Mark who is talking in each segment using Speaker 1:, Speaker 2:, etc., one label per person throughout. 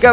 Speaker 1: 各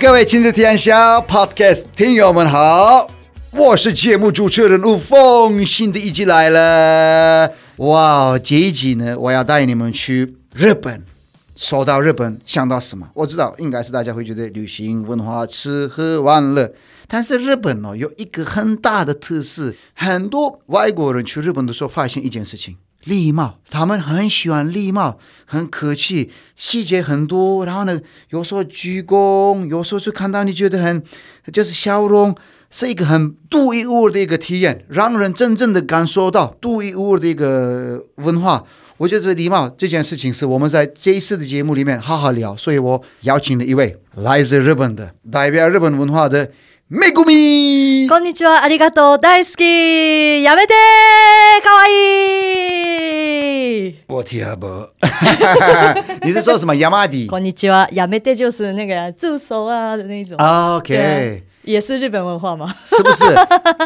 Speaker 1: 各位亲子天下 Podcast 听友们好，我是节目主持人陆凤，新的一集来了。哇，这一集呢，我要带你们去日本。说到日本，想到什么？我知道，应该是大家会觉得旅行、文化、吃喝玩乐。但是日本哦，有一个很大的特色，很多外国人去日本的时候发现一件事情：礼貌。他们很喜欢礼貌，很客气，细节很多。然后呢，有时候鞠躬，有时候就看到你觉得很就是笑容，是一个很独一无二的一个体验，让人真正的感受到独一无二的一个文化。我觉得礼貌这件事情是我们在这一次的节目里面好好聊，所以我邀请了一位来自日本的代表日本文化的美国米。
Speaker 2: こんにちは、ありがとう、大好き、やめてー、かわいい。
Speaker 1: 我天不， 你是说什么亚麻迪
Speaker 2: こんにちは、やめて就是那个住手啊的那种。对啊
Speaker 1: ？OK，
Speaker 2: 也是日本文化嘛。
Speaker 1: 是不是？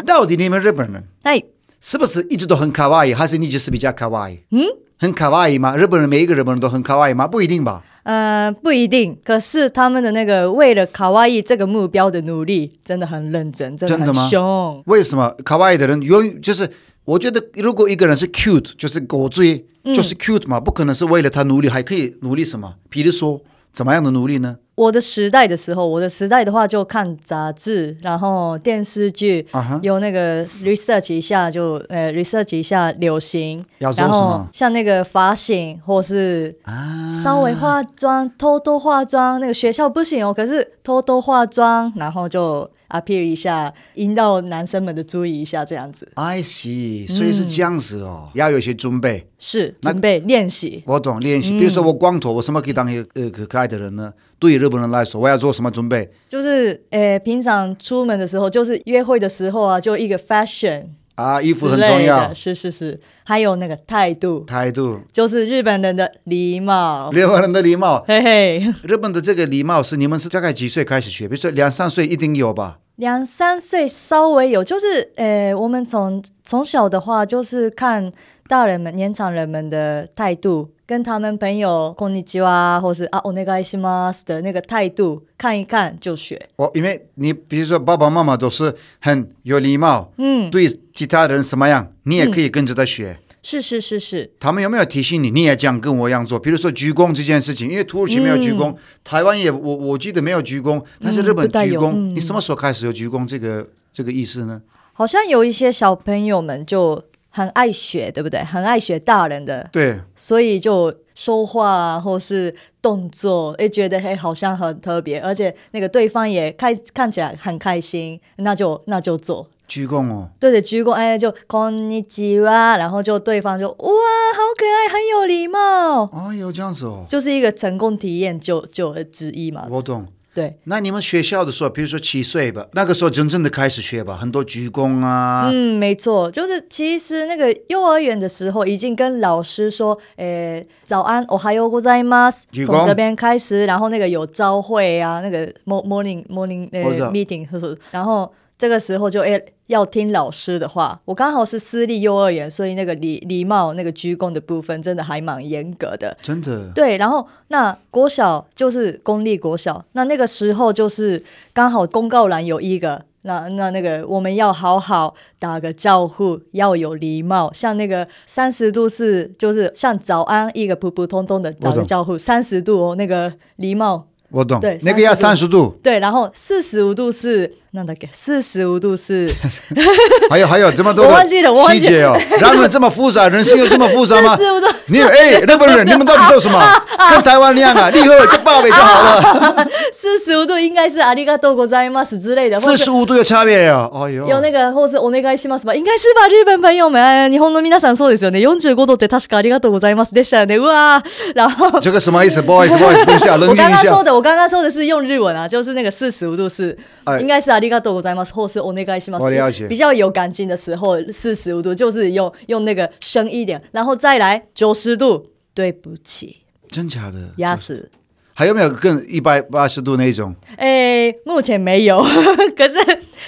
Speaker 1: 到底你们日本人
Speaker 2: はい。
Speaker 1: 是不是一直都很卡哇伊，还是你就是比较卡哇伊？
Speaker 2: 嗯，
Speaker 1: 很卡哇伊吗？日本人每一个日本人都很卡哇伊吗？不一定吧。
Speaker 2: 呃，不一定。可是他们的那个为了卡哇伊这个目标的努力，真的很认真，真的
Speaker 1: 真的吗
Speaker 2: 很凶。
Speaker 1: 为什么卡哇伊的人永远就是？我觉得如果一个人是 cute，就是狗追，
Speaker 2: 嗯
Speaker 1: 就是 cute 嘛，不可能是为了他努力，还可以努力什么？比如说怎么样的努力呢？
Speaker 2: 我的时代的时候，我的时代的话就看杂志，然后电视剧
Speaker 1: 啊哈
Speaker 2: 有那个 research 一下就呃 research 一下流行，
Speaker 1: 要做
Speaker 2: 然
Speaker 1: 什
Speaker 2: 后
Speaker 1: 么
Speaker 2: 像那个发型或是
Speaker 1: 啊，
Speaker 2: 稍微化妆，偷偷化妆，那个学校不行哦，可是偷偷化妆，然后就 appear 一下，引导男生们的注意一下，这样子
Speaker 1: I see，所以是这样子
Speaker 2: 嗯
Speaker 1: 哦，要有一些准备。
Speaker 2: 是准备练习。
Speaker 1: 我懂练
Speaker 2: 嗯
Speaker 1: 习，比如说我光头，我什么可以当一个呃可可爱的人呢？对于日本人来说，我要做什么准备？
Speaker 2: 就是呃，平常出门的时候，就是约会的时候啊，就一个 fashion
Speaker 1: 啊，衣服
Speaker 2: 之
Speaker 1: 很重
Speaker 2: 类
Speaker 1: 要
Speaker 2: 的，，是是是，还有那个态度，
Speaker 1: 态度，
Speaker 2: 就是日本人的礼貌。
Speaker 1: 日本人的礼貌，
Speaker 2: 嘿嘿，
Speaker 1: 日本的这个礼貌是你们是大概几岁开始学？比如说两三岁一定有吧？
Speaker 2: 两三岁稍微有，就是呃，我们从从小的话，就是看大人们、年长人们的态度，跟他们朋友“こんにちは”或是“啊，お願いします”的那个态度，看一看就学。
Speaker 1: 我哦因为你比如说爸爸妈妈都是很有礼貌，
Speaker 2: 嗯，
Speaker 1: 对其他人什么样，你也可以跟着他学。
Speaker 2: 是是是是，
Speaker 1: 他们有没有提醒你，你也这样跟我一样做？比如说鞠躬这件事情，因为土耳其没有鞠躬，台湾也我我记得没有鞠躬，但是日本
Speaker 2: 不太
Speaker 1: 鞠
Speaker 2: 有
Speaker 1: 躬，
Speaker 2: 嗯嗯
Speaker 1: 你什么时候开始有鞠躬这个这个意思呢？
Speaker 2: 好像有一些小朋友们就很爱学，对不对？很爱学大人的
Speaker 1: 对，
Speaker 2: 所以就说话啊，或是动作，哎，觉得嘿好像很特别，而且那个对方也开看起来很开心，那就那就做。
Speaker 1: 鞠躬哦。
Speaker 2: 对着鞠躬，哎，就こんにちは，啊然后就对方就哇，好可爱，很有礼貌，
Speaker 1: 哦，有这样子哦，
Speaker 2: 就是一个成功体验就就之一嘛。
Speaker 1: 我懂。
Speaker 2: 对，
Speaker 1: 那你们学校的时候，比如说七岁吧，那个时候真正的开始学吧，很多鞠躬啊，
Speaker 2: 嗯，没错，就是其实那个幼儿园的时候已经跟老师说，诶，早安，おはようございます
Speaker 1: 鞠，躬
Speaker 2: 从这边开始，然后那个有朝会啊，那个 mo- morning morning
Speaker 1: 我知
Speaker 2: 呃
Speaker 1: 道
Speaker 2: meeting，呵呵然后这个时候就诶要听老师的话。我刚好是私立幼儿园，所以那个礼礼貌那个鞠躬的部分真的还蛮严格的。
Speaker 1: 真的。
Speaker 2: 对，然后那国小就是公立国小，那那个时候就是刚好公告栏有一个，那那那个我们要好好打个招呼，要有礼貌，像那个三十度是就是像早安一个普普通通的打
Speaker 1: 我
Speaker 2: 个
Speaker 1: 懂
Speaker 2: 招呼，三十度哦那个礼貌。
Speaker 1: 我懂
Speaker 2: 对，
Speaker 1: 那个要三十度，
Speaker 2: 对，然后四十五度是なんだっけ四十五 度是
Speaker 1: 还有还有这么多
Speaker 2: 我忘记了我
Speaker 1: 的
Speaker 2: 忘
Speaker 1: 细
Speaker 2: 记
Speaker 1: 节哦，让人这么复杂，人性有这么复 杂吗？
Speaker 2: 四十五度，
Speaker 1: 你哎，日本人，你们到底说 什么？
Speaker 2: 啊
Speaker 1: 跟台湾一样啊，立刻就报备就好了。
Speaker 2: 四十五度应该是ありがとうございます之类的，或
Speaker 1: 四
Speaker 2: 是
Speaker 1: 十五度有差别呀！哎呦，
Speaker 2: 有那个，或是お願いします吧，应该是吧。日本朋友们，哎日本の皆さんそうですよね。四十五度って確かありがとうございますでしたよね。うわー，然后
Speaker 1: 这个什么意思？不 好意思，不好意思，等一下，冷
Speaker 2: 我
Speaker 1: 静
Speaker 2: 刚
Speaker 1: 一
Speaker 2: 刚
Speaker 1: 下
Speaker 2: 说。的，我刚刚说的是用日文啊，就是那个四十五度是，
Speaker 1: 哎
Speaker 2: 应该是ありがとうございます，或是お願いします。
Speaker 1: 我了解
Speaker 2: 比较有感情的时候，四十五度就是用用那个深一点，然后再来九十度，对不起，
Speaker 1: 真假的？
Speaker 2: 压死。
Speaker 1: 还有没有更一百八十度那种？
Speaker 2: 哎，目前没有， 可是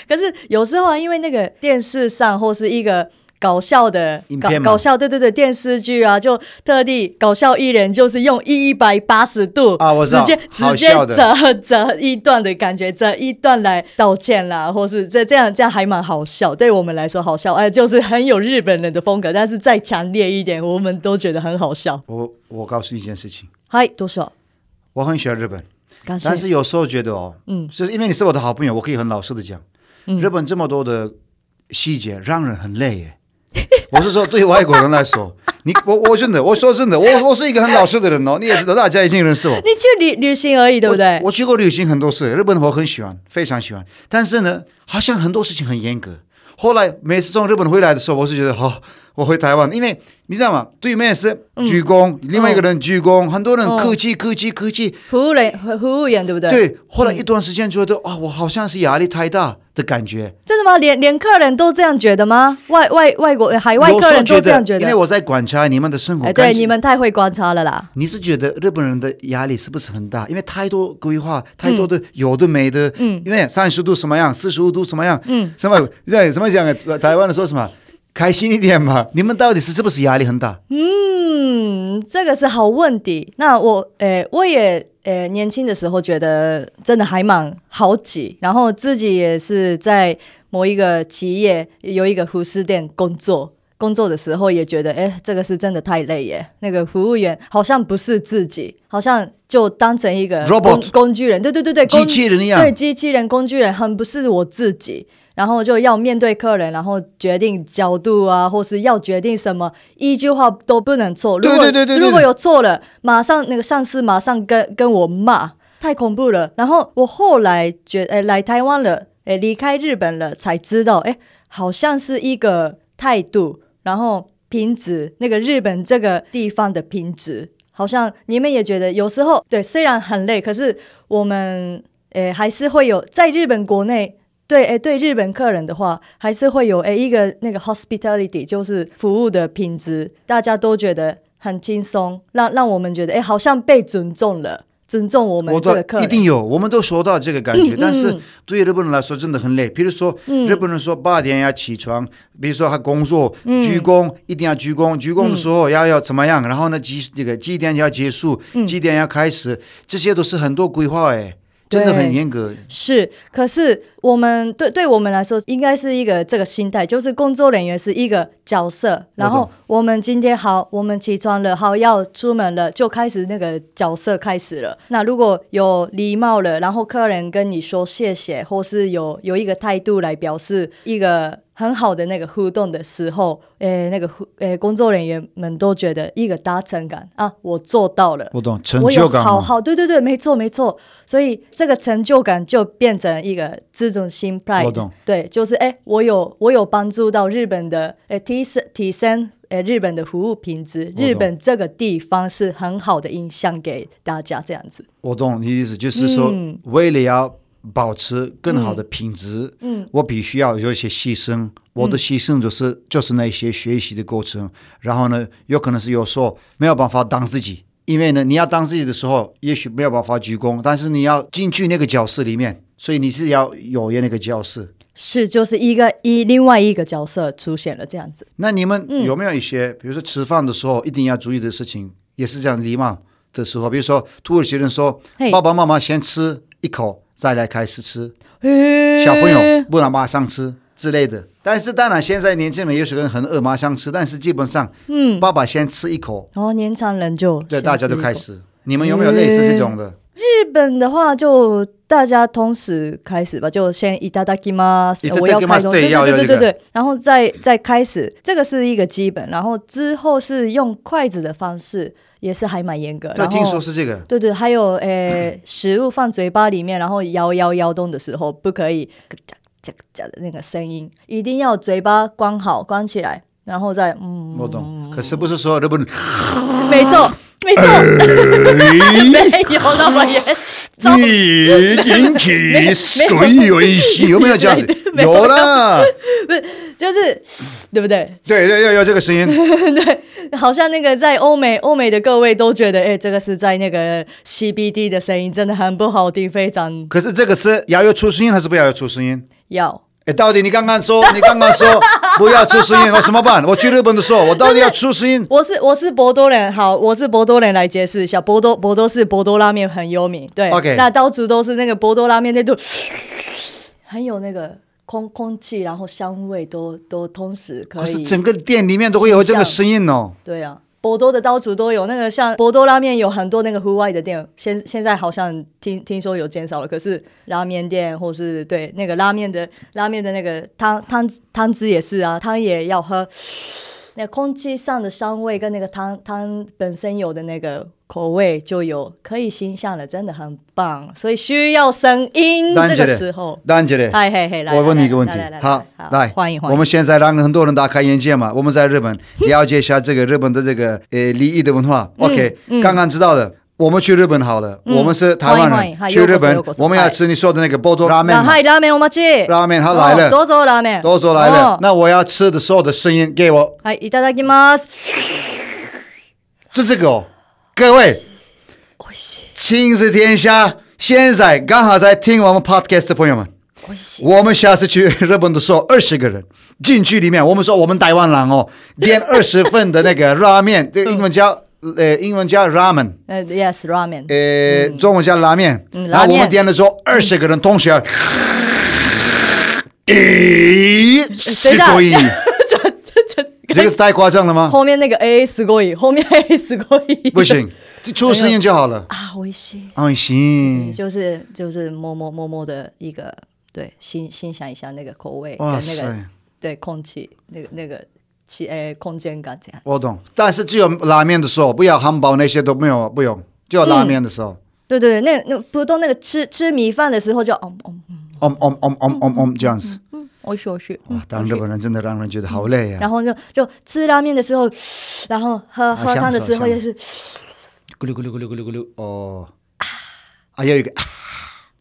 Speaker 2: 可是有时候啊，因为那个电视上或是一个。搞笑的
Speaker 1: 影
Speaker 2: 搞
Speaker 1: 片吗
Speaker 2: 搞笑，对对对，电视剧啊，就特地搞笑艺人，就是用一百八十度
Speaker 1: 啊我知道
Speaker 2: 直接
Speaker 1: 好
Speaker 2: 直接
Speaker 1: 笑的
Speaker 2: 折 折一段的感觉，折一段来道歉啦，或是这这样这样还蛮好笑，对我们来说好笑，哎，就是很有日本人的风格，但是再强烈一点，我们都觉得很好笑。
Speaker 1: 我我告诉你一件事情，
Speaker 2: 嗨，多少？
Speaker 1: 我很喜欢日本，
Speaker 2: 感谢
Speaker 1: 但是有时候觉得哦，嗯，就是因为你是我的好朋友，我可以很老实的讲，日本这么多的细节让人很累耶。 我是说，对于外国人来说，你我我真的，我说真的，我我是一个很老实的人哦，你也知道，大家已经认识我。
Speaker 2: 你去旅旅行而已， 对不对？
Speaker 1: 我？我去过旅行很多次，日本我很喜欢，非常喜欢。但是呢，好像很多事情很严格。后来每次从日本回来的时候，我是觉得好、我回台湾，因为你知道吗？对面是鞠躬，另外一个人鞠躬，很多人客气、客气、客气。
Speaker 2: 服务人服务员，对不对？嗯
Speaker 1: 对，后来一段时间觉得啊、我好像是压力太大的感觉。
Speaker 2: 真的吗？连连客人都这样觉得吗？外外外国海外
Speaker 1: 有时
Speaker 2: 客
Speaker 1: 候
Speaker 2: 人
Speaker 1: 觉
Speaker 2: 都
Speaker 1: 得，
Speaker 2: 这样觉得
Speaker 1: 因为？我在观察你们的生活。
Speaker 2: 哎，
Speaker 1: 感
Speaker 2: 对，
Speaker 1: 觉
Speaker 2: 你们太会观察了啦。
Speaker 1: 你是觉得日本人的压力是不是很大？因为太多规
Speaker 2: 嗯
Speaker 1: 划，太多的有的没的，嗯，因为三十度什么样，四十五度什么样，嗯，什么对什么讲？呃台湾的说什么？开心一点嘛！你们到底是是不是压力很大？
Speaker 2: 嗯，这个是好问题。那我，诶、我也，诶、年轻的时候觉得真的还蛮好挤，然后自己也是在某一个企业有一个服饰店工作。工作的时候也觉得，诶，这个是真的太累耶。那个服务员好像不是自己，好像就当成一个
Speaker 1: Robot
Speaker 2: 工工具人，对对对对，工
Speaker 1: 机器人一样
Speaker 2: 对机器人、工具人，很不是我自己。然后就要面对客人，然后决定角度啊，或是要决定什么，一句话都不能错。如果
Speaker 1: 对对对对对
Speaker 2: 如果有错了，马上那个上司马上跟跟我骂，太恐怖了。然后我后来觉哎来台湾了，哎离开日本了，才知道哎好像是一个态度，然后品质那个日本这个地方的品质，好像你们也觉得有时候对，虽然很累，可是我们诶还是会有在日本国内。对，诶，对日本客人的话，还是会有诶一个那个 hospitality，就是服务的品质，大家都觉得很轻松，让让我们觉得诶好像被尊重了，尊重我们
Speaker 1: 我
Speaker 2: 这
Speaker 1: 都
Speaker 2: 个客
Speaker 1: 一
Speaker 2: 人。嗯
Speaker 1: 定有，我们都说到这个感觉，但是对于日本人来说真的很累。比如说，日本人说八点要起床，比如说他工作、鞠躬一定要鞠躬，鞠躬的时候要要怎么样，然后呢几这个几点要结束，
Speaker 2: 嗯
Speaker 1: 几点要开始，这些都是很多规划哎，真的很
Speaker 2: 对
Speaker 1: 严格。
Speaker 2: 是，可是我们对对我们来说，应该是一个这个心态，就是工作人员是一个角色，然后我们今天好，我们起床了，好要出门了，就开始那个角色开始了。那如果有礼貌了，然后客人跟你说谢谢，或是有有一个态度来表示一个。很好的那个互动的时候，诶、那个互诶、工作人员们都觉得一个达成感啊，我做到了，
Speaker 1: 我懂成
Speaker 2: 我
Speaker 1: 就
Speaker 2: 有
Speaker 1: 感
Speaker 2: 好
Speaker 1: 嘛。
Speaker 2: 好，对对对，没错没错。所以这个成就感就变成一个自尊心 pride，
Speaker 1: 我懂
Speaker 2: 对，就是哎，我有我有帮助到日本的，哎提升提升，哎日本的服务品质，
Speaker 1: 懂
Speaker 2: 日本这个地方是很好的印象给大家这样子。
Speaker 1: 我懂你的意思，就是说，为了要保持更好的品质，嗯，我必须要有一些牺牲。我的牺牲就是就是那些学习的过程，然后呢，有可能是有时候没有办法当自己，因为呢，你要当自己的时候，也许没有办法鞠躬，但是你要进去那个教室里面，所以你是要有那个教室。
Speaker 2: 是，就是一个一另外一个角色出现了这样子。
Speaker 1: 那你们有没有一些，比如说吃饭的时候一定要注意的事情，也是这样礼貌的时候，比如说土耳其人说
Speaker 2: 嘿，
Speaker 1: 爸爸妈妈先吃一口，再来开始吃。
Speaker 2: 嘿
Speaker 1: 小朋友不能马上吃之类的。但是当然，现在年轻人有些人很饿，马上吃，但是基本上，嗯，爸爸先吃一口，
Speaker 2: 然后年长人就
Speaker 1: 对，
Speaker 2: 先
Speaker 1: 大家
Speaker 2: 吃
Speaker 1: 都
Speaker 2: 一
Speaker 1: 开
Speaker 2: 口
Speaker 1: 始。你们有没有类似这种的？
Speaker 2: 日本的话，就大家同时开始吧，就先いただきます，
Speaker 1: いただきます
Speaker 2: 我要开动，
Speaker 1: 对
Speaker 2: 对
Speaker 1: 要
Speaker 2: 对
Speaker 1: 要
Speaker 2: 对
Speaker 1: 这
Speaker 2: 对
Speaker 1: 个
Speaker 2: 对，然后再再开始，这个是一个基本，然后之后是用筷子的方式，也是还蛮严格。
Speaker 1: 对，
Speaker 2: 然后
Speaker 1: 听说是这个。
Speaker 2: 对对，还有 诶，食物放嘴巴里面，然后摇摇摇动的时候，不可以夹夹夹的那个声音，一定要嘴巴关好，关起来，然后再 嗯，
Speaker 1: 我懂，可是不是所有的 不能，
Speaker 2: 没错，没错， 没有那么严重。
Speaker 1: 你引起鬼游戏 有没有这样子？有啦，
Speaker 2: 就是，对不对？
Speaker 1: 对对，要有这个声音，
Speaker 2: 好像那个在欧美，欧美的各位都觉得，哎，这个是在那个 CBD 的声音真的很不好听，非常
Speaker 1: 可是这个是要有出声音还是不要有出声音？
Speaker 2: 要。
Speaker 1: 哎，到底你刚刚说，你刚刚说不要出声音，我怎么办？我去日本的时候，我到底要出声音？
Speaker 2: 我是我是博多人，好，我是博多人来解释一下，博多博多是博多拉面很有名，对
Speaker 1: OK
Speaker 2: 那到处都是那个博多拉面那种，很有那个空空气，然后香味都都同时可
Speaker 1: 可是
Speaker 2: 以，
Speaker 1: 整个店里面都会有这个声音哦。
Speaker 2: 对啊。博多的到处都有那个像博多拉面有很多那个户外的店，现现在好像听听说有减少了，可是拉面店或是对那个拉面的拉面的那个汤汤汤汁也是啊，汤也要喝，那空气上的香味跟那个汤汤本身有的那个口味就有可以形象了，真的很棒，所以需要声音
Speaker 1: 丹
Speaker 2: 这
Speaker 1: 姐
Speaker 2: 个
Speaker 1: 嘞
Speaker 2: 时候，，
Speaker 1: 丹姐嘞，
Speaker 2: 哎嘿嘿，来，
Speaker 1: 我
Speaker 2: 来
Speaker 1: 问你
Speaker 2: 来
Speaker 1: 一个问题
Speaker 2: 来来，来
Speaker 1: 好
Speaker 2: 好，，
Speaker 1: 来，
Speaker 2: 欢迎欢
Speaker 1: 我
Speaker 2: 迎，
Speaker 1: 们现在让很多人打开眼界嘛，我们在日 本了解一下这个日本的这个呃礼仪的文化。OK，刚
Speaker 2: 嗯
Speaker 1: 刚知道的。我们去日本好了，我们是台湾
Speaker 2: 欢迎
Speaker 1: 人，
Speaker 2: 欢迎
Speaker 1: 去日
Speaker 2: 有
Speaker 1: 本
Speaker 2: うこそようこ，そ
Speaker 1: 我们要吃你说的那个波多拉面
Speaker 2: 那
Speaker 1: 嘛，
Speaker 2: 嗨拉面我们去，
Speaker 1: 拉面它来
Speaker 2: 哦
Speaker 1: 了，
Speaker 2: 多走拉面，
Speaker 1: 都说来了
Speaker 2: 哦，
Speaker 1: 那我要吃的时候的声音给我，
Speaker 2: はい、いただきます。
Speaker 1: 是这个哦，各位，
Speaker 2: 美味しい、
Speaker 1: 亲子天下，现在刚好在听我们 podcast 的朋友们，
Speaker 2: 美味しい。
Speaker 1: 我们下次去 日本的时候，二十个人进去里面，我们说我们台湾人 哦，点二十份的那个拉面，这
Speaker 2: 嗯
Speaker 1: 个英文叫呃，英文叫 ramen，
Speaker 2: 呃、yes, ramen。
Speaker 1: 呃，中文叫拉面。
Speaker 2: 嗯
Speaker 1: 然
Speaker 2: 拉
Speaker 1: 后
Speaker 2: 面嗯
Speaker 1: 我们点的时候，二十个人同时，咦，
Speaker 2: 等
Speaker 1: す
Speaker 2: 一下
Speaker 1: ごい，
Speaker 2: 这这这
Speaker 1: 这个是太夸张了 吗？
Speaker 2: 后面那个 A すごい，后面 A すごい。
Speaker 1: 不行，就出声音就好了。
Speaker 2: 啊，美味しい。
Speaker 1: 哎，行，
Speaker 2: 嗯就是就是摸摸摸摸的一个，对，欣欣赏一下那个口味跟
Speaker 1: 哇
Speaker 2: 那
Speaker 1: 塞
Speaker 2: 个对空气那个那个气呃空间感这样。
Speaker 1: 我懂。但是只有拉面的时候，不要汉堡那些都没有，不用，只有拉面的时候。
Speaker 2: 对对对，那那不都那个吃吃米饭的时候就嗯嗯嗯，
Speaker 1: om om om om om om 这样子，
Speaker 2: 我去我去。嗯
Speaker 1: 哇，当日本人真的让人觉得好累呀、啊
Speaker 2: 然后就就吃拉面的时候，然后喝喝
Speaker 1: 香
Speaker 2: 汤的
Speaker 1: 手
Speaker 2: 时候
Speaker 1: 香
Speaker 2: 也是，
Speaker 1: 咕噜咕噜咕噜咕噜咕噜，哦，啊，有一个、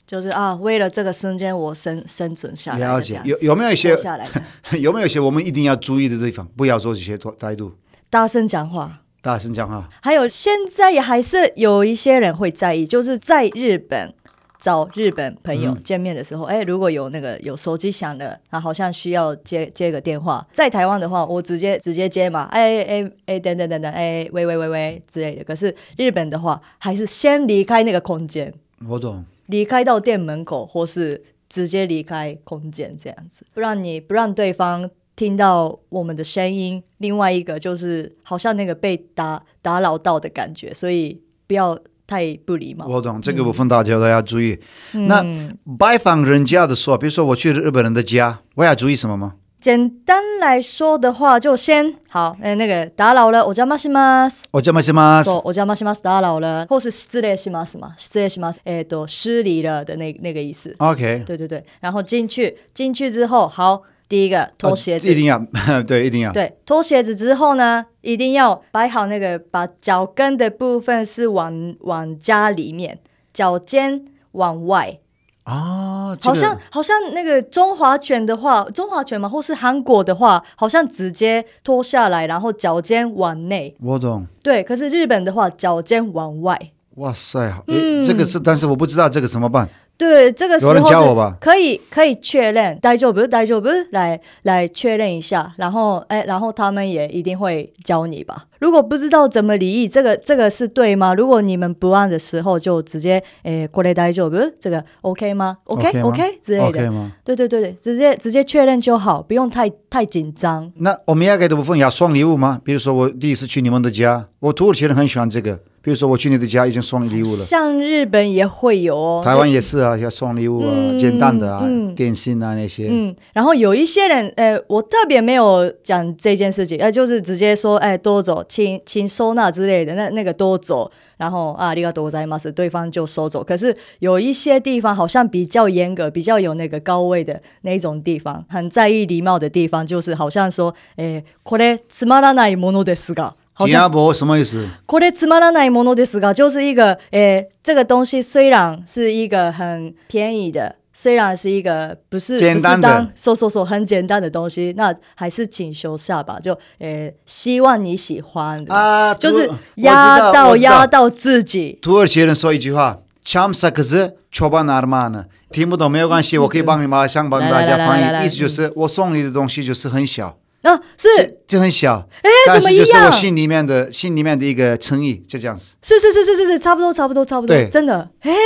Speaker 2: 就是啊，为了这个瞬间我生生存下来
Speaker 1: 了
Speaker 2: 的这
Speaker 1: 解
Speaker 2: 样，子，
Speaker 1: 有有没有一些
Speaker 2: 活下来的
Speaker 1: 有没有一些我们一定要注意的地方？不要做这些态度，
Speaker 2: 大声讲话。
Speaker 1: 大声讲啊话。
Speaker 2: 还有现在也还是有一些人会在意，就是在日本找日本朋
Speaker 1: 嗯
Speaker 2: 友见面的时候，哎、如果有那个有手机响了，啊，好像需要接接个电话。在台湾的话，我直接直接接嘛，哎哎哎，等等等等，哎喂喂喂喂之类的。可是日本的话，还是先离开那个空间，
Speaker 1: 我懂，
Speaker 2: 离开到店门口，或是直接离开空间这样子，不然你不让对方听到我们的声音。另外一个就是好像那个被打打扰到的感觉，所以不要太不礼貌。
Speaker 1: 我懂，这个部分大家都要注意。
Speaker 2: 嗯
Speaker 1: 那拜访人家的时候，比如说我去日本人的家，我要注意什么吗？
Speaker 2: 简单来说的话，就先好，哎、那个打扰了，我叫马西马斯，
Speaker 1: 我叫什么什么？
Speaker 2: 说我叫马西马斯打扰了，或是失礼します嘛，失礼します，哎、都哎失礼了的那那个意思。
Speaker 1: OK，
Speaker 2: 对对对，然后进去，进去之后，好，第一个脱鞋子
Speaker 1: 啊一，定要， 对，一定要。
Speaker 2: 对，脱鞋子之后呢，一定要摆好那个，把脚跟的部分是往往家里面，脚尖往外。
Speaker 1: 啊，这
Speaker 2: 好
Speaker 1: 个
Speaker 2: 像好像那个中华犬的话，中华犬嘛，或是韩国的话，好像直接脱下来，然后脚尖往内。
Speaker 1: 我懂。
Speaker 2: 对，可是日本的话，脚尖往外。
Speaker 1: 哇塞，诶这个是，但是我不知道这个怎么办。
Speaker 2: 对，嗯这个时
Speaker 1: 有人
Speaker 2: 候
Speaker 1: 教
Speaker 2: 是
Speaker 1: 我吧
Speaker 2: 可以可以确认，待就不是待就不是来来确认一下，然后哎，然后他们也一定会教你吧。如果不知道怎么离异，这个这个是对吗？如果你们不按的时候，就直接哎过来待就不是这个 OK 吗？OK
Speaker 1: 吗
Speaker 2: OK 之类的
Speaker 1: OK。吗？
Speaker 2: 对对对对，直接直接确认就好，不用太太紧张。
Speaker 1: 那我们要给的部分要送礼物吗？比如说我第一次去你们的家，我土耳其人很喜欢这个，比如说我去你的家已经送礼物了，
Speaker 2: 像日本也会有哦，
Speaker 1: 台湾也是啊，要送礼物啊，
Speaker 2: 嗯
Speaker 1: 简单的啊，
Speaker 2: 嗯
Speaker 1: 点心啊那些。
Speaker 2: 嗯，然后有一些人，呃，我特别没有讲这件事情，呃，就是直接说，哎，多走，请请收纳之类的，那那个多走，然后啊，ありがとうございます，对方就收走。可是有一些地方好像比较严格，比较有那个高位的那一种地方，很在意礼貌的地方，就是好像说，哎，これつまらないものですが，好
Speaker 1: 吉
Speaker 2: 像
Speaker 1: 阿伯什么意思？
Speaker 2: これつまらないものですが，就是一个诶，这个东西虽然是一个很便宜的，虽然是一个不是
Speaker 1: 简单的
Speaker 2: 不是当说说说很简单的东西，那还是请收下吧。就诶，希望你喜欢的
Speaker 1: 啊
Speaker 2: 就是
Speaker 1: 我我
Speaker 2: 压
Speaker 1: 知道我
Speaker 2: 到
Speaker 1: 知道
Speaker 2: 压到自己。
Speaker 1: 土耳其人说一句话：“çam sakızı çoban armağanı。”听不懂没有关系，我可以帮你马上帮大家
Speaker 2: 来来来嗯来
Speaker 1: 翻
Speaker 2: 来
Speaker 1: 译。
Speaker 2: 来
Speaker 1: 意思就是我送你的东西就是很小，
Speaker 2: 那、啊是哎
Speaker 1: 这很小，但
Speaker 2: 怎么
Speaker 1: 是
Speaker 2: 一
Speaker 1: 就是我
Speaker 2: 样
Speaker 1: 心里面的心里面的一个诚意，就这样子。
Speaker 2: 是是是是是是，差不多差不多差不多
Speaker 1: 对，
Speaker 2: 真的。诶，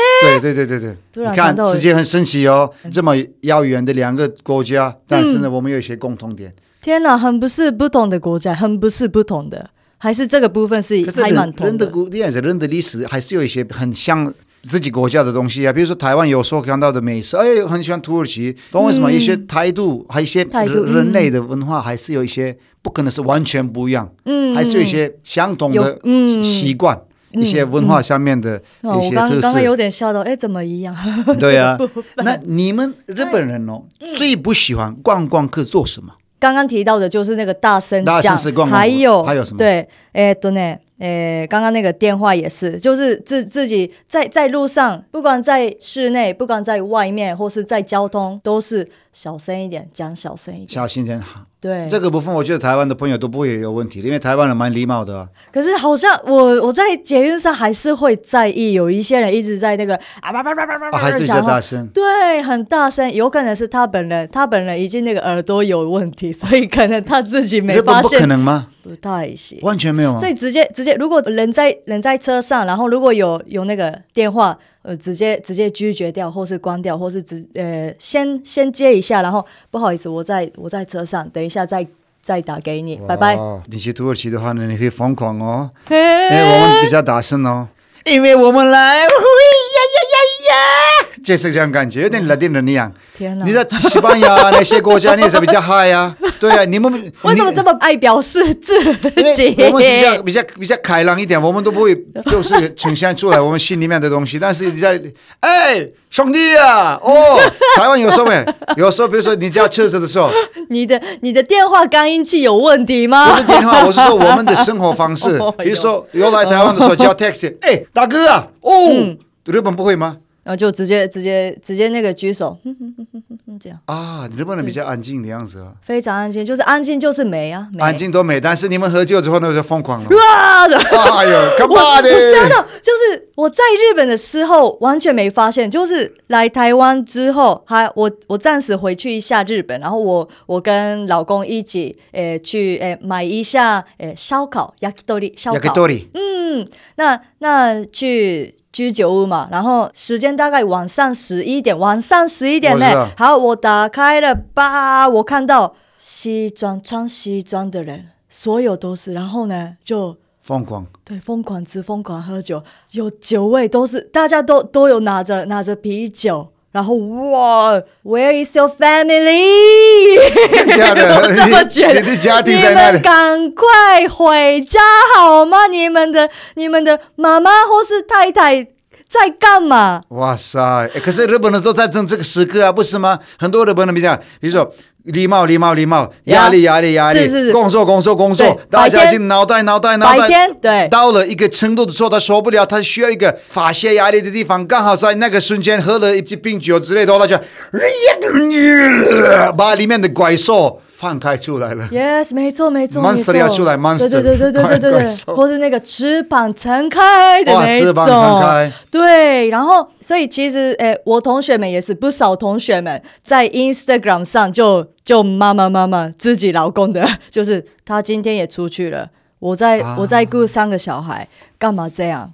Speaker 1: 对对对对对，
Speaker 2: 突然
Speaker 1: 你看
Speaker 2: 想到了
Speaker 1: 世界很神奇哦，这么遥远的两个国
Speaker 2: 嗯
Speaker 1: 家，但是呢，我们有一些共同点。
Speaker 2: 天哪，很不是不同的国家，很不是不同的，还是这个部分是
Speaker 1: 可是
Speaker 2: 还蛮
Speaker 1: 人
Speaker 2: 同
Speaker 1: 人的
Speaker 2: 的。
Speaker 1: 古典、人的历史还是有一些很像自己国家的东西啊，比如说台湾有时候看到的美食，哎，很喜欢土耳其，懂为什么？一些态度，还有一些
Speaker 2: 态度
Speaker 1: 人
Speaker 2: 嗯
Speaker 1: 人类的文化，还是有一些不可能是完全不一样，
Speaker 2: 嗯，
Speaker 1: 还是有一些相同
Speaker 2: 有
Speaker 1: 的
Speaker 2: 嗯
Speaker 1: 习惯，一些文化上面的
Speaker 2: 哦，
Speaker 1: 一
Speaker 2: 我
Speaker 1: 些
Speaker 2: 刚
Speaker 1: 特
Speaker 2: 刚刚有
Speaker 1: 色。
Speaker 2: 点吓到，哎，怎么一样？
Speaker 1: 对啊，那你们日本人哦，最不喜欢观光客做什么？
Speaker 2: 刚刚提到的就是那个大声
Speaker 1: 大声
Speaker 2: 讲
Speaker 1: 是逛，逛
Speaker 2: 还有
Speaker 1: 还有什么
Speaker 2: 对，哎，对呢，哎，刚刚那个电话也是，就是自自己在在路上，不管在室内，不管在外面，或是在交通，都是小声一点，讲小声一点。
Speaker 1: 小心点，
Speaker 2: 对，
Speaker 1: 这个部分我觉得台湾的朋友都不会有问题的，因为台湾人蛮礼貌的啊、
Speaker 2: 可是好像我我在捷运上还是会在意，有一些人一直在那个啊叭叭叭叭叭叭
Speaker 1: 啊，还是比较
Speaker 2: 讲话
Speaker 1: 大。声。
Speaker 2: 对，很大声，有可能是他本人，他本人已经那个耳朵有问题，所以可能他自己没
Speaker 1: 日本
Speaker 2: 发
Speaker 1: 不可
Speaker 2: 现，
Speaker 1: 能吗？
Speaker 2: 不太行。
Speaker 1: 完全没有啊
Speaker 2: 所。以直接直接，如果人在人在车上，然后如果有有那个电话，呃，直接直接拒绝掉，或是关掉，或是直呃先先接一下，然后不好意思，我在我在车上，等一下再再打给你，拜拜。
Speaker 1: 哇。哦你去土耳其的话呢，你可以疯狂哦，因
Speaker 2: 嘿
Speaker 1: 为我们比较大声哦，因为我们来，喂呀呀呀呀，就是这样感觉，有点拉丁人一样。
Speaker 2: 天哪
Speaker 1: 你！在西班牙那些国家，你也是比较嗨呀，对啊，你们
Speaker 2: 为什么这
Speaker 1: 么？
Speaker 2: 么爱表示自
Speaker 1: 因
Speaker 2: 己？
Speaker 1: 为我们是比较比较比较开朗一点，我们都不会就是呈现出来我们心里面的东西。但是你在哎兄弟啊， 哦，台湾有时候没，有时候比如说你叫车子的时候，
Speaker 2: 你的你的电话干音器有问题
Speaker 1: 不
Speaker 2: 吗
Speaker 1: 是？电话，我是说我们的生活方式
Speaker 2: 哦。
Speaker 1: 比如说，有来台湾的时候叫 taxi，哎，大哥啊，
Speaker 2: 嗯
Speaker 1: 哦，日本不会吗？
Speaker 2: 然后就直接直接直接那个举手，哼哼哼哼哼哼，这样
Speaker 1: 啊，日本人比较安静的样子啊，
Speaker 2: 非常安静，就是安静就是美啊，美，
Speaker 1: 安静多美。但是你们喝酒之后那就疯 狂了
Speaker 2: 啊的。
Speaker 1: 哎呦，干
Speaker 2: 我
Speaker 1: 嘛的？
Speaker 2: 我吓到，就是我在日本的时候完全没发现，就是来台湾之后，还我我暂时回去一下日本，然后我我跟老公一起，诶、去诶、买一下诶烧烤 yakitori 烧
Speaker 1: やけ
Speaker 2: 烤，
Speaker 1: どり
Speaker 2: 嗯，那那去。居酒屋嘛，然后时间大概晚上十一点，晚上十一点
Speaker 1: 我知道
Speaker 2: 呢。好，我打开了吧，我看到西装穿西装的人，所有都是，然后呢就
Speaker 1: 疯狂。
Speaker 2: 对，疯狂吃，疯狂喝酒，有酒味，都是大家都都有拿着拿着啤酒，然后哇，Where is your family？
Speaker 1: 真的假的
Speaker 2: 我 这么觉得，
Speaker 1: 你你的家庭在哪里
Speaker 2: 你们赶快回家好吗？你们的你们的妈妈或是太太在干嘛？
Speaker 1: 哇塞！哎可是日本人都在争这个时刻啊，不是吗？很多日本人比较，比如说礼貌、礼貌、礼貌，压力、压力、压力，
Speaker 2: 是是是
Speaker 1: 工作、工作、工作
Speaker 2: 对，
Speaker 1: 大家已
Speaker 2: 白
Speaker 1: 经
Speaker 2: 天
Speaker 1: 脑袋、脑袋、脑袋，
Speaker 2: 白天对
Speaker 1: 到了一个程度的时候，他受不了，他需要一个发泄压力的地方，刚好在那个瞬间喝了一支冰酒之类的，他就 把里面的怪兽放开出来了。
Speaker 2: Yes，没错没错
Speaker 1: Monster
Speaker 2: 没错
Speaker 1: 要出来，Monster
Speaker 2: 对对对对
Speaker 1: 怪
Speaker 2: 对对对
Speaker 1: 兽
Speaker 2: 对，或是那个翅膀撑开的
Speaker 1: 哇
Speaker 2: 那一
Speaker 1: 翅
Speaker 2: 种，
Speaker 1: 膀撑开
Speaker 2: 对，然后所以其实诶，我同学们也是不少同学们在 Instagram 上就就骂骂骂骂自己老公的， 就是他今天也出去了，我在、
Speaker 1: 啊
Speaker 2: 我在顾三个小孩，干嘛这样？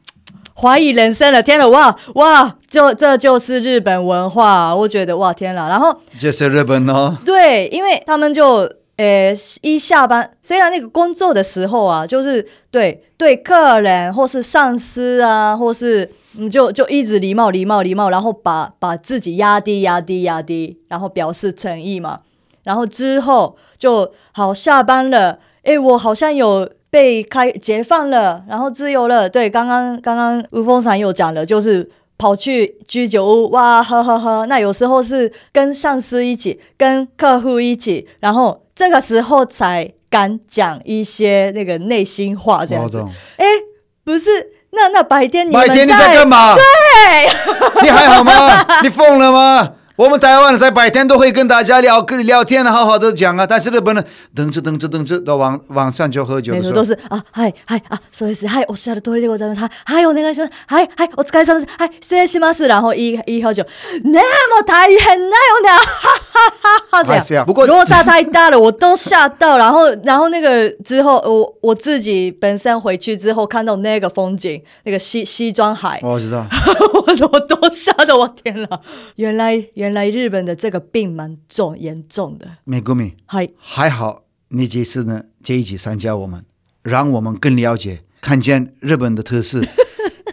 Speaker 2: 怀疑人生了，天了，哇哇，就这就是日啊本文化，我觉得哇天了，然后
Speaker 1: 这是日本哦，
Speaker 2: 对，因为他们就诶、呃，一下班虽然那个工作的时候啊，就是对对客人或是上司啊，或是嗯，就就一直礼貌礼貌礼貌，然后把把自己压低压低压低，然后表示诚意嘛。然后之后就好下班了，诶，我好像有被开解放了，然后自由了。对，刚刚刚刚吴峰闪有讲了，就是跑去居酒屋哇喝喝喝。那有时候是跟上司一起，跟客户一起，然后这个时候才敢讲一些那个内心话，这样
Speaker 1: 哦我
Speaker 2: 子。
Speaker 1: 懂。哎
Speaker 2: 诶，不是，那那白天你们
Speaker 1: 白天你在干嘛？ 对，你还好吗？你疯了吗？我们台湾在白天都会跟大家聊跟聊天，好好的讲啊。但是日本人等着等着等着，到晚晚上就喝酒
Speaker 2: 每
Speaker 1: 的
Speaker 2: 次
Speaker 1: 时
Speaker 2: 都
Speaker 1: 候，
Speaker 2: 是あはいはいあそうですはいおっしゃる通りでございますはいはいお願いしますはいはいお疲れ様ですはい失礼します然后一一喝酒那么大変だよね哈哈哈哈
Speaker 1: 哎
Speaker 2: 这
Speaker 1: 是啊
Speaker 2: 样。
Speaker 1: 不过
Speaker 2: 落差太大了，我都吓到。然后然后那个之后，我我自己本身回去之后看到那个风景，那个西西装海，
Speaker 1: 哦我知道。
Speaker 2: 我 我都吓得我天了。原来原来日本的这个病蛮重严重的，
Speaker 1: 美国美
Speaker 2: 嗨。
Speaker 1: 还好，你这次呢这一集参加我们，让我们更了解看见日本的特 色。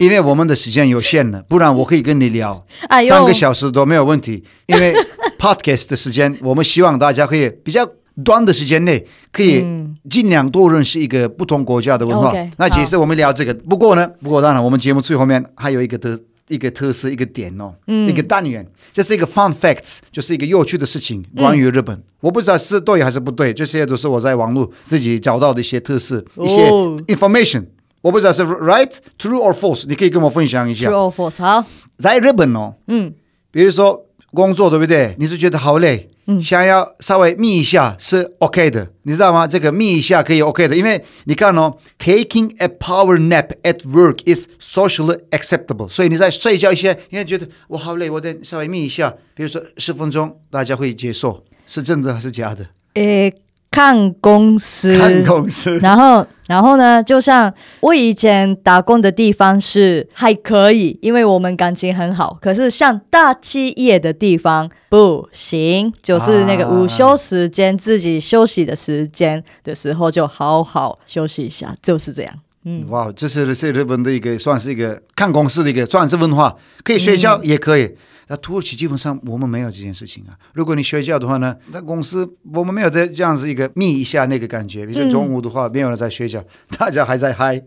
Speaker 1: 因为我们的时间有限了，不然我可以跟你聊、
Speaker 2: 哎呦
Speaker 1: 三个小时都没有问题。因 为 podcast 的时间，我们希望大家可以比较短的时间内，可以尽量多认识一个不同国家的文化。
Speaker 2: 嗯 OK，
Speaker 1: 那其实我们聊这个，不过呢，不过当然我们节目最后面还有一个的一个特色一个点哦，一个单元，这是一个 fun facts，就是一个有趣的事情，关于日本，我不知道是对还是不对，这些都是我在网络自己找到的一些特色，一些
Speaker 2: 哦
Speaker 1: information。我不知道是 right true or false，你可以跟我分享一下
Speaker 2: True。or false？好，
Speaker 1: 在日本哦，
Speaker 2: 嗯，
Speaker 1: 比如说工作，对不对？你是觉得好累，想要稍微眯一下是 OK 的，你知道吗？这个眯一下可以 OK 的，因为你看哦，taking a power nap at work is socially acceptable，所以你在睡觉一些，因为觉得我好累，我得稍微眯一下，比如说十分钟，大家会接受，是真的还是假的？
Speaker 2: 诶，看公司，
Speaker 1: 看公 司。
Speaker 2: 然后，然后呢？就像我以前打工的地方是还可以，因为我们感情很好。可是像大企业的地方不行，就是那个
Speaker 1: 啊
Speaker 2: 午休时间、自己休息的时间的时候，就好好休息一下，就是这样。
Speaker 1: 哇，这是是日本的一个，算是一个看公司的一个算是文化，可以睡
Speaker 2: 嗯
Speaker 1: 觉也可以。那土耳其基本上我们没有这件事情啊。如果你睡觉的话呢，那公司我们没有这这样子一个眯一下那个感觉。比如说中午的话，没有人在睡觉，大家还在嗨，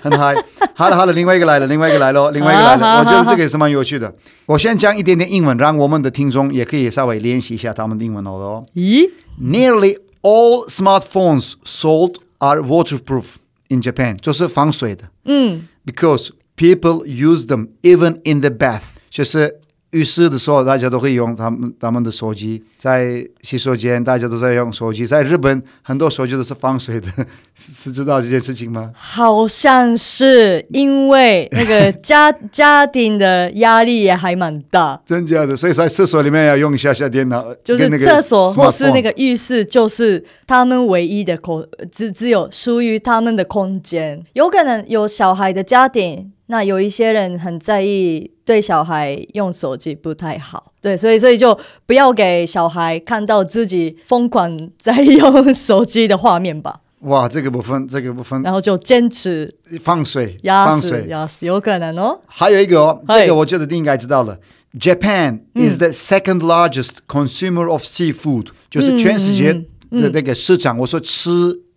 Speaker 1: 很嗨。 好了好了，另外一个来了，另外一个来了，另外一个来了。
Speaker 2: 啊好好
Speaker 1: 我觉得
Speaker 2: 好
Speaker 1: 这个也是蛮有趣的。我先讲一点点英文，让我们的听众也可以稍微练习一下他们的英文好了哦。
Speaker 2: 咦
Speaker 1: Nearly all smartphones sold are waterproof in Japan，就是防水的。
Speaker 2: Mm.
Speaker 1: 嗯，because people use them even in the bath，就是浴室的时候大家都会用他们他们的手机，在洗手间大家都在用手机。在日本，很多手机都是防水的， 是是知道这件事情吗？
Speaker 2: 好像是因为那个家 家庭的压力也还蛮大，
Speaker 1: 真假的，所以在厕所里面要用一下下电脑，
Speaker 2: 就是
Speaker 1: 跟那个
Speaker 2: 厕所或是
Speaker 1: smartphone
Speaker 2: 那个浴室，就是他们唯一的空，只只有属于他们的空间。有可能有小孩的家庭，那有一些人很在意对小孩用手机不太好，对，所以所以就不要给小孩看到自己疯狂在用手机的画面吧。
Speaker 1: 哇，这个部分这个部分
Speaker 2: 然后就坚持
Speaker 1: 放水
Speaker 2: 压
Speaker 1: 放
Speaker 2: 死
Speaker 1: 水。
Speaker 2: 压死，有可能哦。
Speaker 1: 还有一个哦，
Speaker 2: 嗨嗯
Speaker 1: 这个我觉得你应该知道了。Japan is the second largest consumer of seafood，、就是全世界
Speaker 2: 嗯
Speaker 1: 的那个市场。我说吃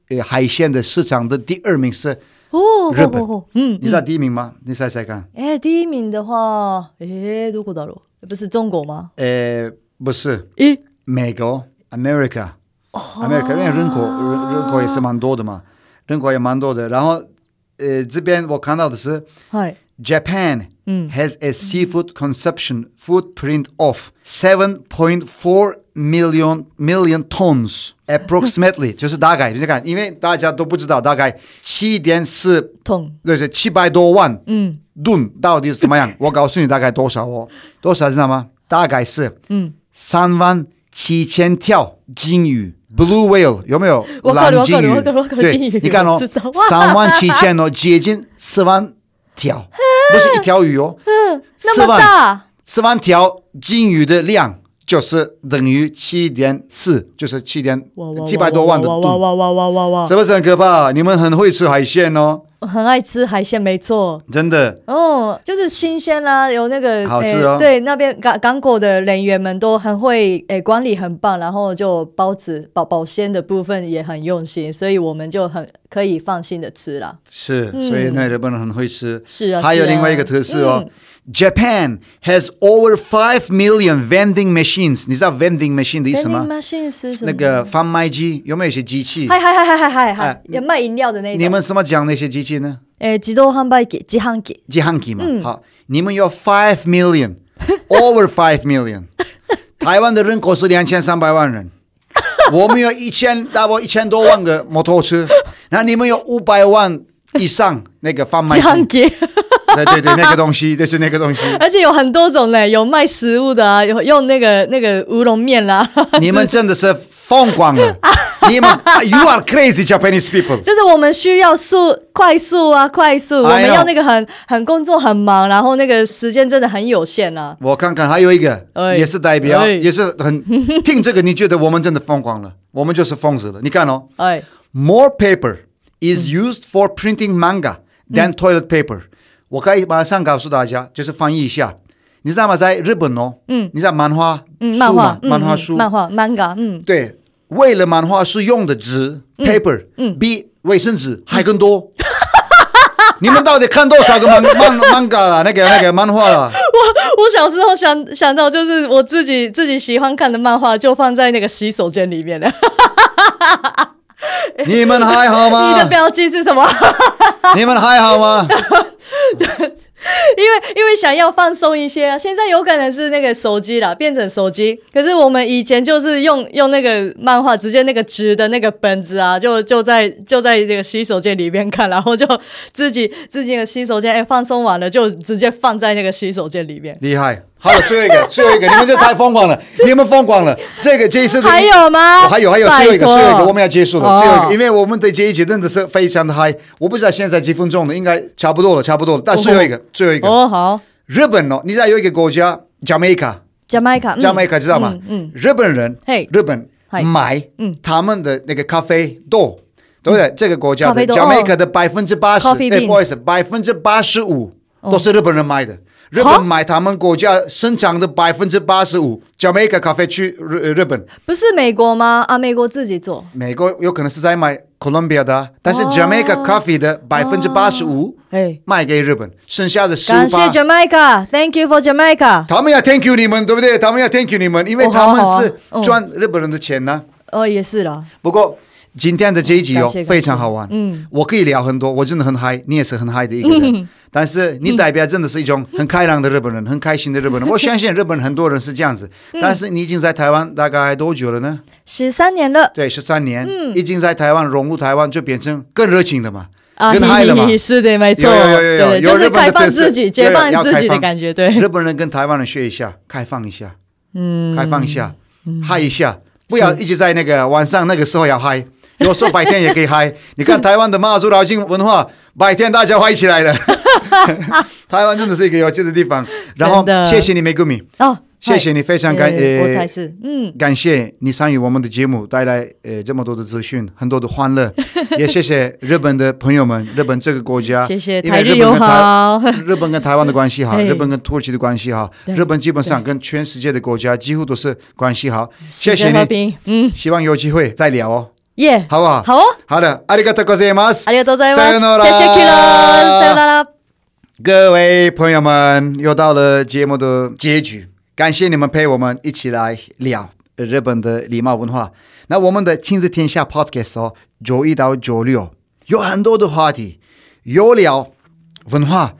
Speaker 1: 呃海鲜的市场的第二名是，
Speaker 2: 哦，
Speaker 1: 日本
Speaker 2: 哦哦哦嗯，
Speaker 1: 你知道第一名吗？你猜猜看。
Speaker 2: 哎，第一名的话，哎，如果だろう，不是中国吗？
Speaker 1: 呃，不是，
Speaker 2: 咦，
Speaker 1: 美国 America，America，、America，因为
Speaker 2: 哦
Speaker 1: 人口人人口也是蛮多的嘛，人口也蛮多的。然后呃，这边我看到的是
Speaker 2: 嗨。
Speaker 1: Japan has a seafood consumption footprint of 7.4 million million tons approximately，就是大概，你看，因为大家都不知道，大概七点四，
Speaker 2: 痛，
Speaker 1: 就是七百多万，嗯，吨到底是什么 样？我告诉你大概多少哦，多少知道吗？大概是，嗯，三万七千条金鱼。Blue whale 有没有
Speaker 2: 我搞的
Speaker 1: 蓝
Speaker 2: 我
Speaker 1: 金
Speaker 2: 搞的
Speaker 1: 鱼
Speaker 2: 我搞的我搞？的
Speaker 1: 对
Speaker 2: 金鱼，
Speaker 1: 你看哦
Speaker 2: 我知道，
Speaker 1: 三万七千 哦，接近四万条， 不是一条鱼哦，
Speaker 2: 嗯那么
Speaker 1: 四万
Speaker 2: 大，
Speaker 1: 四万条金鱼的量，就是等于七点四，就是七点
Speaker 2: 哇哇哇
Speaker 1: 几百多万的
Speaker 2: 哇哇
Speaker 1: 度，
Speaker 2: 哇哇哇哇哇，
Speaker 1: 是不是很可怕？你们很会吃海鲜哦，
Speaker 2: 很爱吃海鲜，没错。
Speaker 1: 真的。
Speaker 2: 哦，就是新鲜啦、有那个
Speaker 1: 好吃
Speaker 2: 诶
Speaker 1: 哦
Speaker 2: 对，那边港港口的人员们都很会诶、管理很棒，然后就包子保保鲜的部分也很用心，所以我们就很可以放心的吃啦。
Speaker 1: 是，所以那日本人很会吃。
Speaker 2: 嗯是啊，
Speaker 1: 还有
Speaker 2: 是啊
Speaker 1: 另外一个特色哦、j a p a n has over five million vending machines。你知道 vending machine 的意思吗
Speaker 2: vending？machine 是什么？
Speaker 1: 那个贩卖机有没有一些机器？
Speaker 2: 嗨嗨嗨嗨嗨嗨
Speaker 1: 哎
Speaker 2: 嗨，也卖饮料的那种。
Speaker 1: 你们怎么讲那些机器呢？
Speaker 2: 诶、自动贩卖机、自販機，
Speaker 1: 机行机嘛。
Speaker 2: 嗯
Speaker 1: 好，你们有 five million，over five million。台湾的人口是两千三百万人，我们有一千，大概一千多万个摩托车，那你们有五百万以上那个贩卖
Speaker 2: 自販
Speaker 1: 机，
Speaker 2: 機。
Speaker 1: 对对对，那个东西就是那个东西。
Speaker 2: 而且有很多种嘞，有卖食物的啊，有用那个那个乌龙面啦，
Speaker 1: 你们真的是疯狂 了！
Speaker 2: 啊
Speaker 1: 你们啊，You are crazy Japanese people。
Speaker 2: 就是我们需要速快速啊，快速，我
Speaker 1: I
Speaker 2: 们
Speaker 1: know
Speaker 2: 要那个很很工作很忙，然后那个时间真的很有限啊。
Speaker 1: 我看看，还有一个
Speaker 2: 哎
Speaker 1: 也是代表，
Speaker 2: 哎
Speaker 1: 也是很听这个，你觉得我们真的疯狂了？我们就是疯子了。你看哦
Speaker 2: 哎，
Speaker 1: ，More paper is used for printing manga
Speaker 2: 嗯
Speaker 1: than toilet paper。我可以马上告诉大家，就是翻译一下。你知道吗？在日本哦，嗯，你知道漫画
Speaker 2: 嗯，
Speaker 1: 书
Speaker 2: 漫
Speaker 1: 嘛
Speaker 2: 画，？嗯
Speaker 1: 漫画
Speaker 2: 嗯
Speaker 1: 书，
Speaker 2: 漫画，manga，嗯，
Speaker 1: 对，为了漫画是用的纸、paper，比
Speaker 2: 嗯
Speaker 1: 卫生纸还更多。 你们到底看多少个漫 漫漫画啊？那个那个漫画 啊？
Speaker 2: 我小时候想想到就是我自己自己喜欢看的漫画，就放在那个洗手间里
Speaker 1: 啊
Speaker 2: 面的。
Speaker 1: 你们还好
Speaker 2: 你的
Speaker 1: 吗？
Speaker 2: 标记是什么？
Speaker 1: 你们还好 吗？
Speaker 2: 因为因为想要放松一些啊，现在有可能是那个手机啦，变成手机。可是我们以前就是用用那个漫画，直接那个纸的那个本子啊，就就在就在那个洗手间里面看，然后就自己自己的洗手间，哎、放松完了就直接放在那个洗手间里面。
Speaker 1: 厉害！好了，最后一个，最后一个，你们这太疯狂 了，你们疯狂了。这个这一次的哦
Speaker 2: 还有吗？
Speaker 1: 我还有还有最后一个，
Speaker 2: 拜托
Speaker 1: 最后一个我们要结束了，
Speaker 2: 哦
Speaker 1: 最后一个，因为我们的这一集真的是非常的嗨。我不知道现在几分钟了，应该差不多了，差不多了。但最后一个，最后一个，
Speaker 2: 哦好，
Speaker 1: 日本哦，你知道有一个国家叫 Jamaica，
Speaker 2: 加麦卡，
Speaker 1: 加麦卡知道吗？
Speaker 2: 嗯，
Speaker 1: 日本人，
Speaker 2: 嘿
Speaker 1: 日本
Speaker 2: 嗨
Speaker 1: 买
Speaker 2: 嗯
Speaker 1: 他们的那个咖啡豆，对不对？这个国家
Speaker 2: 咖
Speaker 1: 的
Speaker 2: 啡豆哦
Speaker 1: 加麦卡的百分之八十，
Speaker 2: Coffee
Speaker 1: 哎，
Speaker 2: beans 哦
Speaker 1: 不好意思，百分之八十五都是日本人买的。日
Speaker 2: 好
Speaker 1: 本买他们国家生产的百分之八十五，加麦卡咖啡去日日本，
Speaker 2: 不是美国吗？啊，美国自己做。
Speaker 1: 美国有可能是在买 Colombia 的啊，但是
Speaker 2: 哦
Speaker 1: Jamaica coffee 的百分之八十五
Speaker 2: 哎，
Speaker 1: 卖给日本，剩下的十五
Speaker 2: 感谢
Speaker 1: 八
Speaker 2: Jamaica，Thank you for Jamaica。
Speaker 1: 他们要 thank you 你们，对不对？他们要 thank you 你们，因为
Speaker 2: 哦
Speaker 1: 他
Speaker 2: 好好啊
Speaker 1: 们是
Speaker 2: 嗯
Speaker 1: 赚日本人的钱呢、
Speaker 2: 哦，也是啦。
Speaker 1: 不过今天的这一集哦
Speaker 2: 感谢感，谢
Speaker 1: 非常好玩。嗯，我可以聊很多，我真的很嗨，你也是很嗨的一个
Speaker 2: 嗯
Speaker 1: 人。但是你代表真的是一种很开朗的日本人，很开心的日 本人。我相信日本很多人是这样子。
Speaker 2: 嗯
Speaker 1: 但是你已经在台湾大概多久了呢？
Speaker 2: 十三年了
Speaker 1: 对，十三年。嗯，已经在台湾融入台湾，就变成更热情的嘛，
Speaker 2: 啊，
Speaker 1: 更嗨了嘛。
Speaker 2: 是的，没错，
Speaker 1: 有有有有有
Speaker 2: 对，
Speaker 1: 有
Speaker 2: 就
Speaker 1: 日
Speaker 2: 是
Speaker 1: 本的
Speaker 2: 开放
Speaker 1: 特色
Speaker 2: 自己、解放
Speaker 1: 有有要
Speaker 2: 自
Speaker 1: 开
Speaker 2: 己
Speaker 1: 放
Speaker 2: 的感觉，对，
Speaker 1: 日本人跟台湾人学一下，开放一下，嗯，开放一下，
Speaker 2: 嗯
Speaker 1: 嗨一下，不要一直在那个晚上那个时候要 嗨，有时候白天也可以嗨。你看台湾的妈祖绕境文化，白天大家嗨起 来了。台湾真的是一个有趣的地方。然后
Speaker 2: 真的
Speaker 1: 谢谢你，玫瑰米，
Speaker 2: 哦，
Speaker 1: 谢谢你，非
Speaker 2: 嗨，
Speaker 1: 常感
Speaker 2: 呃我才
Speaker 1: 呃
Speaker 2: 是， 嗯，
Speaker 1: 感谢你参与我们的节目，带来呃这么多的资讯，很多的欢 乐，也谢谢日本的朋友们，日本这个国家，
Speaker 2: 谢谢
Speaker 1: 因为
Speaker 2: 台
Speaker 1: 日
Speaker 2: 日
Speaker 1: 本
Speaker 2: 友
Speaker 1: 跟台。
Speaker 2: 好，
Speaker 1: 日本跟台湾的关系好，
Speaker 2: 嘿
Speaker 1: 日本跟土耳其的关系好，
Speaker 2: 对
Speaker 1: 日本基本上跟全世界的国家几乎都是关系好。谢
Speaker 2: 世
Speaker 1: 谢
Speaker 2: 界和
Speaker 1: 你，
Speaker 2: 平，嗯，
Speaker 1: 希望有机会再聊哦，
Speaker 2: 耶，
Speaker 1: 好不好？
Speaker 2: 好哦，
Speaker 1: 好的，ありがとうございます
Speaker 2: あ。りがとうござい
Speaker 1: さよな
Speaker 2: ま
Speaker 1: ら
Speaker 2: す，谢谢 k i r o さよなら。
Speaker 1: 各位朋友们，又到了节目的结局，感谢你们陪我们一起来聊日本的礼貌文化。那我们的亲子天下 Podcast 哦，周一到周六有很多的话题，有聊文化、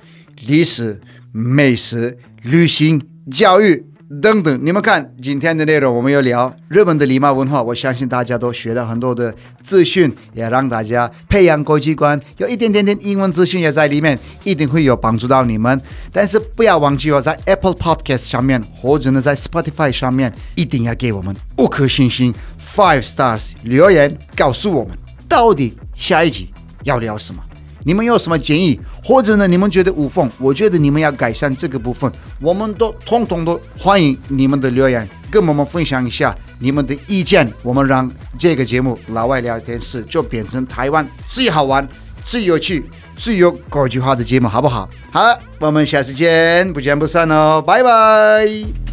Speaker 1: 历史、美食、旅行、教育。等等，你们看今天的内容，我们有聊日本的礼貌文化，我相信大家都学到很多的资讯，也让大家培养国际观，有一点点点英文资讯也在里面，一定会有帮助到你们。但是不要忘记哦，在 Apple Podcast 上面或者呢在 Spotify 上面，一定要给我们五颗星星 （five stars） 留言，告诉我们到底下一集要聊什么。你们有什么建议，或者呢，你们觉得无缝，我觉得你们要改善这个部分，我们都通通都欢迎你们的留言，跟我们分享一下你们的意见，我们让这个节目《老外聊天室》就变成台湾最好玩、最有趣、最有国际化的节目，好不好？好，我们下次见，不见不散哦，拜拜。